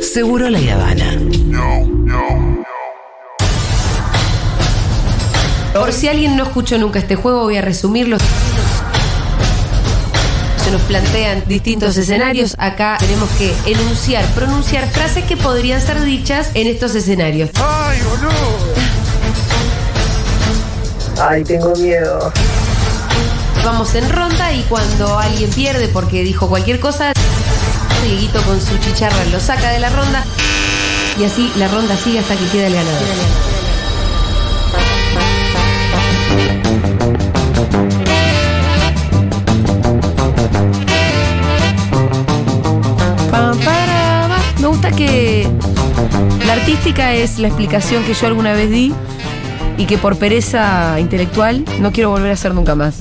Seguro la Habana. Por si alguien no escuchó nunca este juego, voy a resumirlo. Se nos plantean distintos escenarios. Acá tenemos que enunciar, pronunciar frases que podrían ser dichas en estos escenarios. ¡Ay, boludo! Ay, tengo miedo. Vamos en ronda y cuando alguien pierde porque dijo cualquier cosa, Dieguito con su chicharra lo saca de la ronda y así la ronda sigue hasta que queda el ganador. Pam, para, va. Me gusta que la artística es la explicación que yo alguna vez di y que por pereza intelectual no quiero volver a hacer nunca más.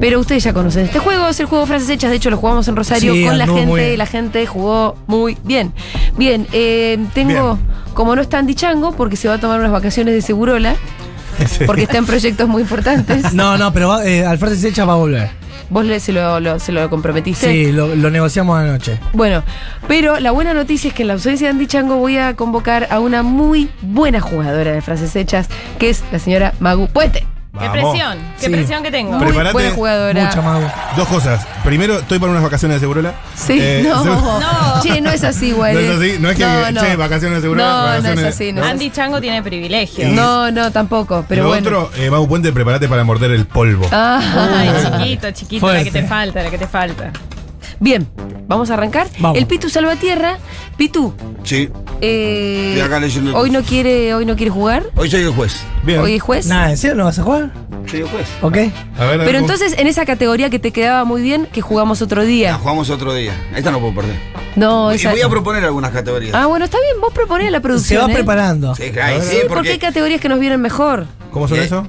Pero ustedes ya conocen este juego, es el juego Frases Hechas, de hecho lo jugamos en Rosario Sí, con la anduvo muy gente, bien. la gente jugó muy bien. Bien, eh, tengo, como no está Andy Chango, porque se va a tomar unas vacaciones de Segurola, porque está en proyectos muy importantes, No, no, pero va- eh, Alfredo Secha va a volver. vos le, se, lo, lo- se lo comprometiste. Sí, lo, lo negociamos anoche. Bueno, pero la buena noticia es que en la ausencia de Andy Chango voy a convocar a una muy buena jugadora de frases hechas, que es la señora Magu Puente. Qué Vamos. presión, qué Sí. presión que tengo. Muy Preparate. buena jugadora. Mucha mago. Dos cosas. Primero, estoy para unas vacaciones de Segurola. Sí, Eh, no. segu- No. Che, no es así, güey. No es así, no es que, che, vacaciones de Segurola, No, no vacaciones- es así, no. es así. Andy Chango tiene privilegios. No, no, tampoco, pero Lo bueno. otro, eh, Mau Puente, prepárate para morder el polvo. Ah, Ay, chiquito, chiquito, la que Fuerte. te falta, la que te falta. bien, vamos a arrancar. Vamos. El Pitu Salvatierra. Pitu, Sí, eh, Estoy acá leyendo el- hoy no quiere, hoy no quiere jugar, hoy soy el juez. Bien. hoy es juez. Nada, ¿en serio no vas a jugar? Soy el juez. ¿Ok? A ver, a ver Pero cómo- entonces en esa categoría que te quedaba muy bien, que jugamos otro La día. Ah, jugamos otro día. Esta no puedo perder. No, Y esa. voy a proponer algunas categorías. Ah, bueno, está bien, vos proponés a la Se producción. va ¿eh? preparando. Sí, ay, Sí, sí, porque... hay porque. categorías que nos vienen mejor. ¿Cómo son Eh, eso?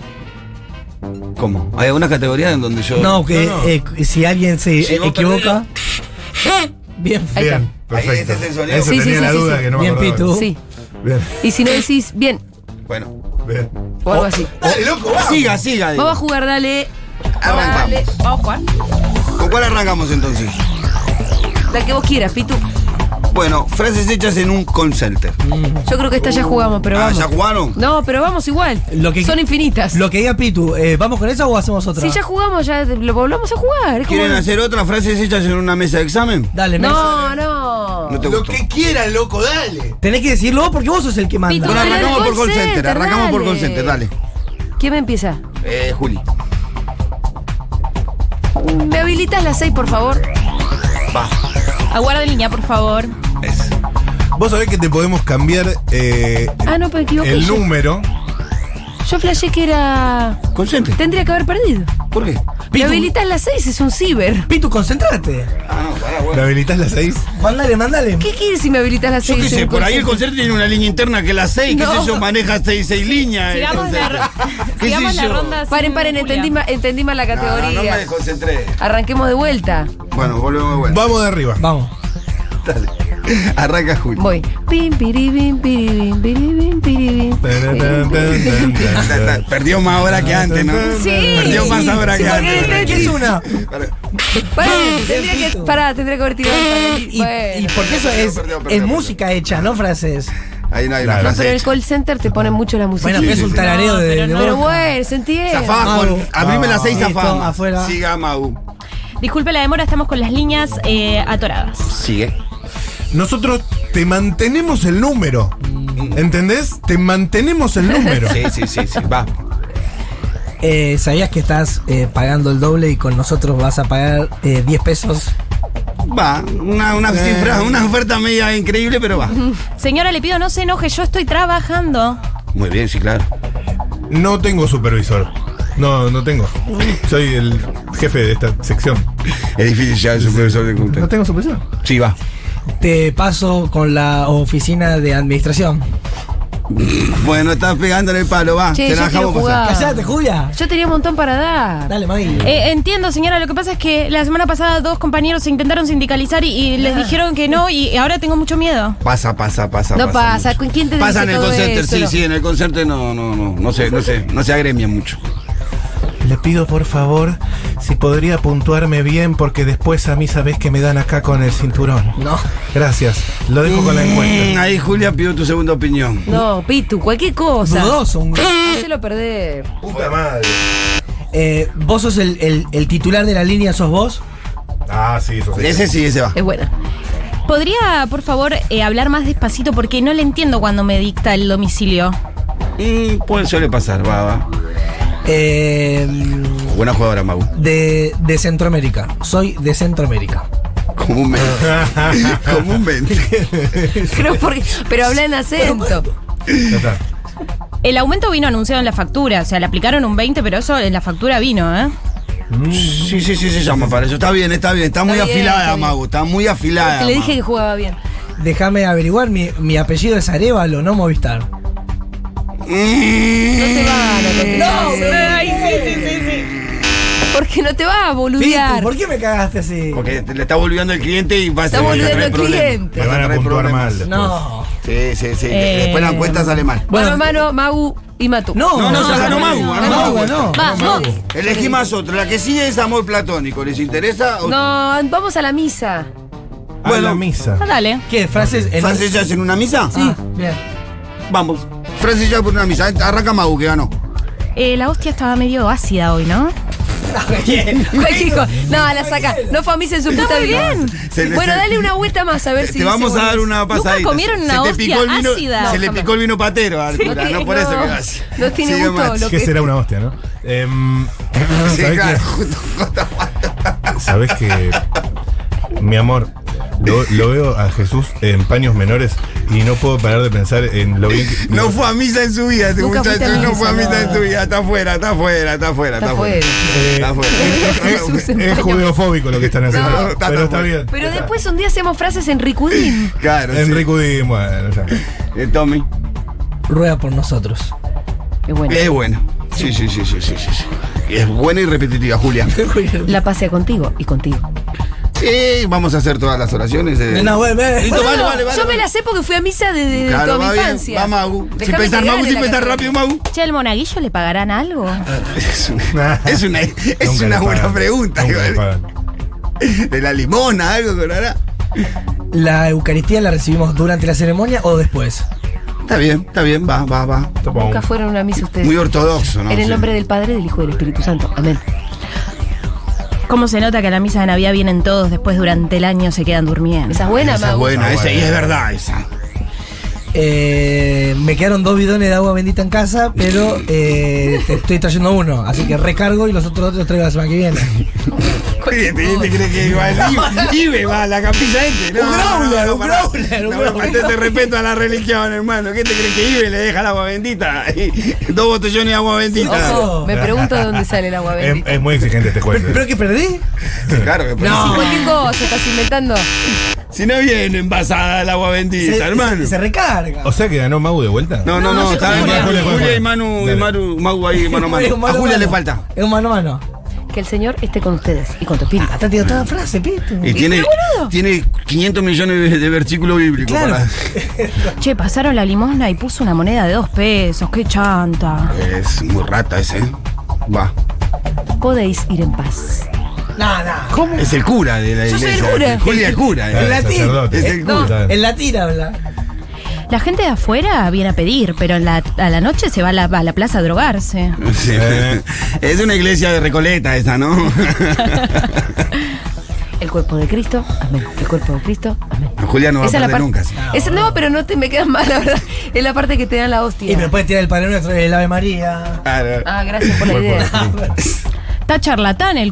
¿Cómo? Hay algunas categorías en donde yo. No, que No, no. eh, si alguien se Si vos equivoca. Bien, Ahí está. Bien, perfecto. Ahí está ese sonido. Eso Sí, tenía sí, la sí, duda sí. que no me bien, acordaba. Uh. Pitu. Sí. Bien, Y si no decís, bien, Bueno. bien. o algo así. Oh, Dale, loco, Siga, siga. digo. Vamos a jugar, dale. Arrancamos. ¿Vamos a jugar? ¿Con cuál arrancamos entonces? La que vos quieras, Pitu. Bueno, frases hechas en un call center. Yo creo que esta ya jugamos, pero ah, vamos. ¿ya jugaron? No, pero vamos igual. Lo que- Son infinitas. Lo que diga Pitu, eh, ¿vamos con eso o hacemos otra? Si ya jugamos, ya lo volvamos a jugar. Es como- ¿Quieren hacer otra frases hechas en una mesa de examen? Dale, Messi. No, no. No te gustó. quieran, loco, dale. Tenés que decirlo vos porque vos sos el que manda. Pitu. Bueno, Pero arrancamos el por call call center. center, Arrancamos por dale. call center, dale. ¿Quién me empieza? Eh, Juli. ¿Me habilitas las seis, por favor? Aguarda en línea, por favor. Es. Vos sabés que te podemos cambiar eh, Ah, no, pero equivoqué. el yo. número. Yo flashé que era. Call center. Tendría que haber perdido. ¿Por qué? Me Pitu. habilitas las seis, es un ciber. Pitu, concentrate. Ah, no, pará, bueno. ¿La habilitás las 6? Mandale, mandale. ¿Qué quieres si me habilitas las Yo seis? qué sé, en por ahí el concepto? concierto tiene una línea interna que la 6, qué No. sé yo, maneja 6, 6 líneas. Sigamos entonces, la, qué sé sigamos la yo. ronda. sin Paren, paren, Julia. entendí, ma- entendí mal la No, no, categoría. no me desconcentré. Arranquemos de vuelta. Bueno, volvemos de vuelta. Vamos de arriba. Vamos. Dale. Arranca Julio. Voy. Pim, piribim, piribim, piribim, piribim. Tan, tan, tan, tan, tan, Ta, ta, tan. Pirdió más hora que antes, ¿no? Sí. Perdió más ahora Sí, que porque antes. este- ¿Qué es una? Pará. Pará, tendría que, pará, tendría que haber tirado. Y, Bueno. y porque eso Perdió, es, perdió, perdió, es perdió. música hecha, no frases. Ahí no hay Claro. Pero una en frase. el call center te ponen mucho la música. Bueno, pero es un tarareo No, de, pero de no. boca. Pero bueno, se entiende. Zafá, Juan. Mau. Abrime la 6, Ah, listo, zafá. afuera. Siga, Mau. Disculpe la demora, estamos con las líneas eh, atoradas. Sigue. Nosotros te mantenemos el número. ¿Entendés? Te mantenemos el número. Sí, sí, sí, sí. Va. Eh, ¿Sabías que estás eh, pagando el doble y con nosotros vas a pagar eh, 10 pesos? Va. Una, una cifra, una oferta media increíble, pero va. Señora, le pido no se enoje, yo estoy trabajando. Muy bien, sí, claro. No tengo supervisor. No, no tengo. Soy el jefe de esta sección. Es difícil ya el supervisor de cumpleaños. tengo supervisor. Sí, va. Te paso con la oficina de administración. Bueno, estás pegándole el palo, va. Che, Te yo la quiero dejamos pasar. jugar. Callate, Julia. Yo tenía un montón para dar. Dale, Magui. Eh, entiendo, señora, lo que pasa es que la semana pasada dos compañeros se intentaron sindicalizar y, y les dijeron que no y ahora tengo mucho miedo. Pasa, pasa, pasa. No pasa. mucho. ¿Con quién te Pasa en dice el todo concierto, eso? sí, sí, en el concierto no, no, no, no se, no se, no se agremian mucho. le pido por favor si podría puntuarme bien porque después a mí sabés que me dan acá con el cinturón. No. Gracias, lo dejo con la Mm, encuesta. ahí Julia pidió tu segunda opinión. No, Pitu, cualquier cosa. Dudoso. un- No se lo perdés. Puta madre. Eh, vos sos el, el- el titular de la línea, sos vos. Ah, sí, eso sí. Ese sí, ese va. Es buena. ¿Podría, por favor, eh, hablar más despacito? Porque no le entiendo cuando me dicta el domicilio. Eh. Mm, puede, suele pasar, va, va. Eh, Buena jugadora, Mau. de, de Centroamérica. Soy de Centroamérica. Comúnmente. Comúnmente. Creo porque, pero habla en acento. Ya está. El aumento vino anunciado en la factura, o sea, le aplicaron un 20, pero eso en la factura vino, ¿eh? Sí, sí, sí, se llama para eso. Está bien, está bien. Está muy bien, afilada, está bien. Mau. Está muy afilada. Te le Mau. dije que jugaba bien. Déjame averiguar, mi, mi apellido es Arevalo, no Movistar. Mm. No te va a Eh. No, Porque no te va a boludear. Pitu, ¿Por qué me cagaste así? Porque te- le está volviendo el cliente y va a Está ser- va a traer boludeando al problemas. cliente. Me van a traer puntuar problemas. mal. después. No. Sí, sí, sí. Eh. Después la encuesta sale mal. Bueno, hermano, Magu y Matu. No, No, no, se ganó Mau. no, ganó no, Mau. no. Vamos. Elegí más otra. La que sigue es amor platónico. ¿Les interesa? O- No, vamos a la misa. A la Bueno. misa. Ah, dale. ¿Qué? ¿Frases? en- Ah, ¿Frases ya en una misa? Ah, Sí, bien. Vamos. Frases ya por una misa. Arranca Mau, que ganó. Eh, la hostia estaba medio ácida hoy, ¿no? Cualquier cosa. No, la saca. No fue a misa en su puta muy vida. bien. Se le- Bueno, se- dale una vuelta más a ver si. Te vamos se a dar vuelve. una pasadita. comieron Se una te hostia picó el vino- ácida. Se le No, picó el vino patero, Artura. Sí, no por no. eso me das. No tiene Sigue, gusto, Maxi. lo Que que- será una hostia, ¿no? Em, Sí, ¿sabés claro. qué? Sabes que, mi amor, lo, lo veo a Jesús en paños menores y no puedo parar de pensar en lo bien que. No fue a misa en su vida, este Nunca fuiste muchacho a no misa, fue a misa en no. su vida. Está afuera, está afuera, está afuera, Está está afuera. Eh, Está Jesús en afuera. es paños. judeofóbico lo que están haciendo. No, está pero tan está bueno. bien. Pero después un día hacemos frases en Ricudín. Claro, sí. Enrico Di, bueno, ya. Eh, Tommy. Rueda por nosotros. Es bueno. Es buena. Sí, sí, sí, sí, sí, sí. sí. Es buena y repetitiva, Julia. La pasea contigo y contigo. Sí, vamos a hacer todas las oraciones. eh. Nena, vuelve. Listo, vale, vale, vale. Yo me la sé porque fui a misa desde Claro, toda va mi bien. infancia. Va Magu. Sin Dejame pensar, que Magu, gane sin la pensar canción. rápido, Magu. Che, ¿el monaguillo le pagarán algo? Es una, es una, es Nunca una le buena pagan. pregunta. Nunca le igual. pagan. De la limona, algo con ahora. ¿La Eucaristía la recibimos durante la ceremonia o después? Está bien, está bien, va, va, va. Topa un- Nunca fueron a una misa ustedes. Muy ortodoxo, ¿no? en el Sí. nombre del Padre, del Hijo y del Espíritu Santo. Amén. ¿Cómo se nota que a la misa de Navidad vienen todos, después durante el año se quedan durmiendo? Esa es buena, Esa es Magu. buena, Está esa, y buena. es verdad esa. Eh, me quedaron dos bidones de agua bendita en casa, pero eh, te estoy trayendo uno. Así que recargo y los otros dos los traigo la semana que viene. Oye, ¿te, te crees que iba el Ibe? Ibe va a la capilla este? No, Un growler, un pará. growler, un No, growler. faltaste respeto a la religión, hermano. ¿Qué te crees que Ibe le deja el agua bendita? Dos botellones de agua bendita. Ojo, me pregunto de dónde sale el agua es, bendita. es muy exigente este juez. ¿Pero que perdí? Claro que por Si eso. cualquier cosa estás inventando. Si no viene envasada el agua bendita, hermano. se, se recarga. O sea que ganó Mau de vuelta. no, no, no, yo está creo bien. que- Julia, Julia, y Manu, Dale. y Maru, Mau ahí mano a Es un mano. A mano Julia le mano. falta. Es un mano a mano. Que el Señor esté con ustedes y con tu espíritu. Ah, te digo toda frase, Pitu. Y tiene, tiene 500 millones de, de versículos bíblicos. Claro. para- Che, pasaron la limosna y puso una moneda de dos pesos, qué chanta. Es muy rata ese. ¿eh? Va. Podéis ir en paz. No, no. ¿Cómo? Es el cura de la Yo soy iglesia. el cura. Julia es cura. Dale, eh. El latín. sacerdote. Es el Dale. En latín habla. La gente de afuera viene a pedir, pero en la- a la noche se va a la, a la plaza a drogarse. Sí. Eh. Es una iglesia de Recoleta esa, ¿no? El cuerpo de Cristo. Amén. El cuerpo de Cristo. Amén. Julia no va Esa a es la perder parte. nunca. sí. Esa- no, pero no te me quedas mal, la verdad. Es la parte que te dan la Y me hostia. puedes tirar el Padre Nuestro, el Ave María. Claro. Ah, gracias por la idea. Está charlatán el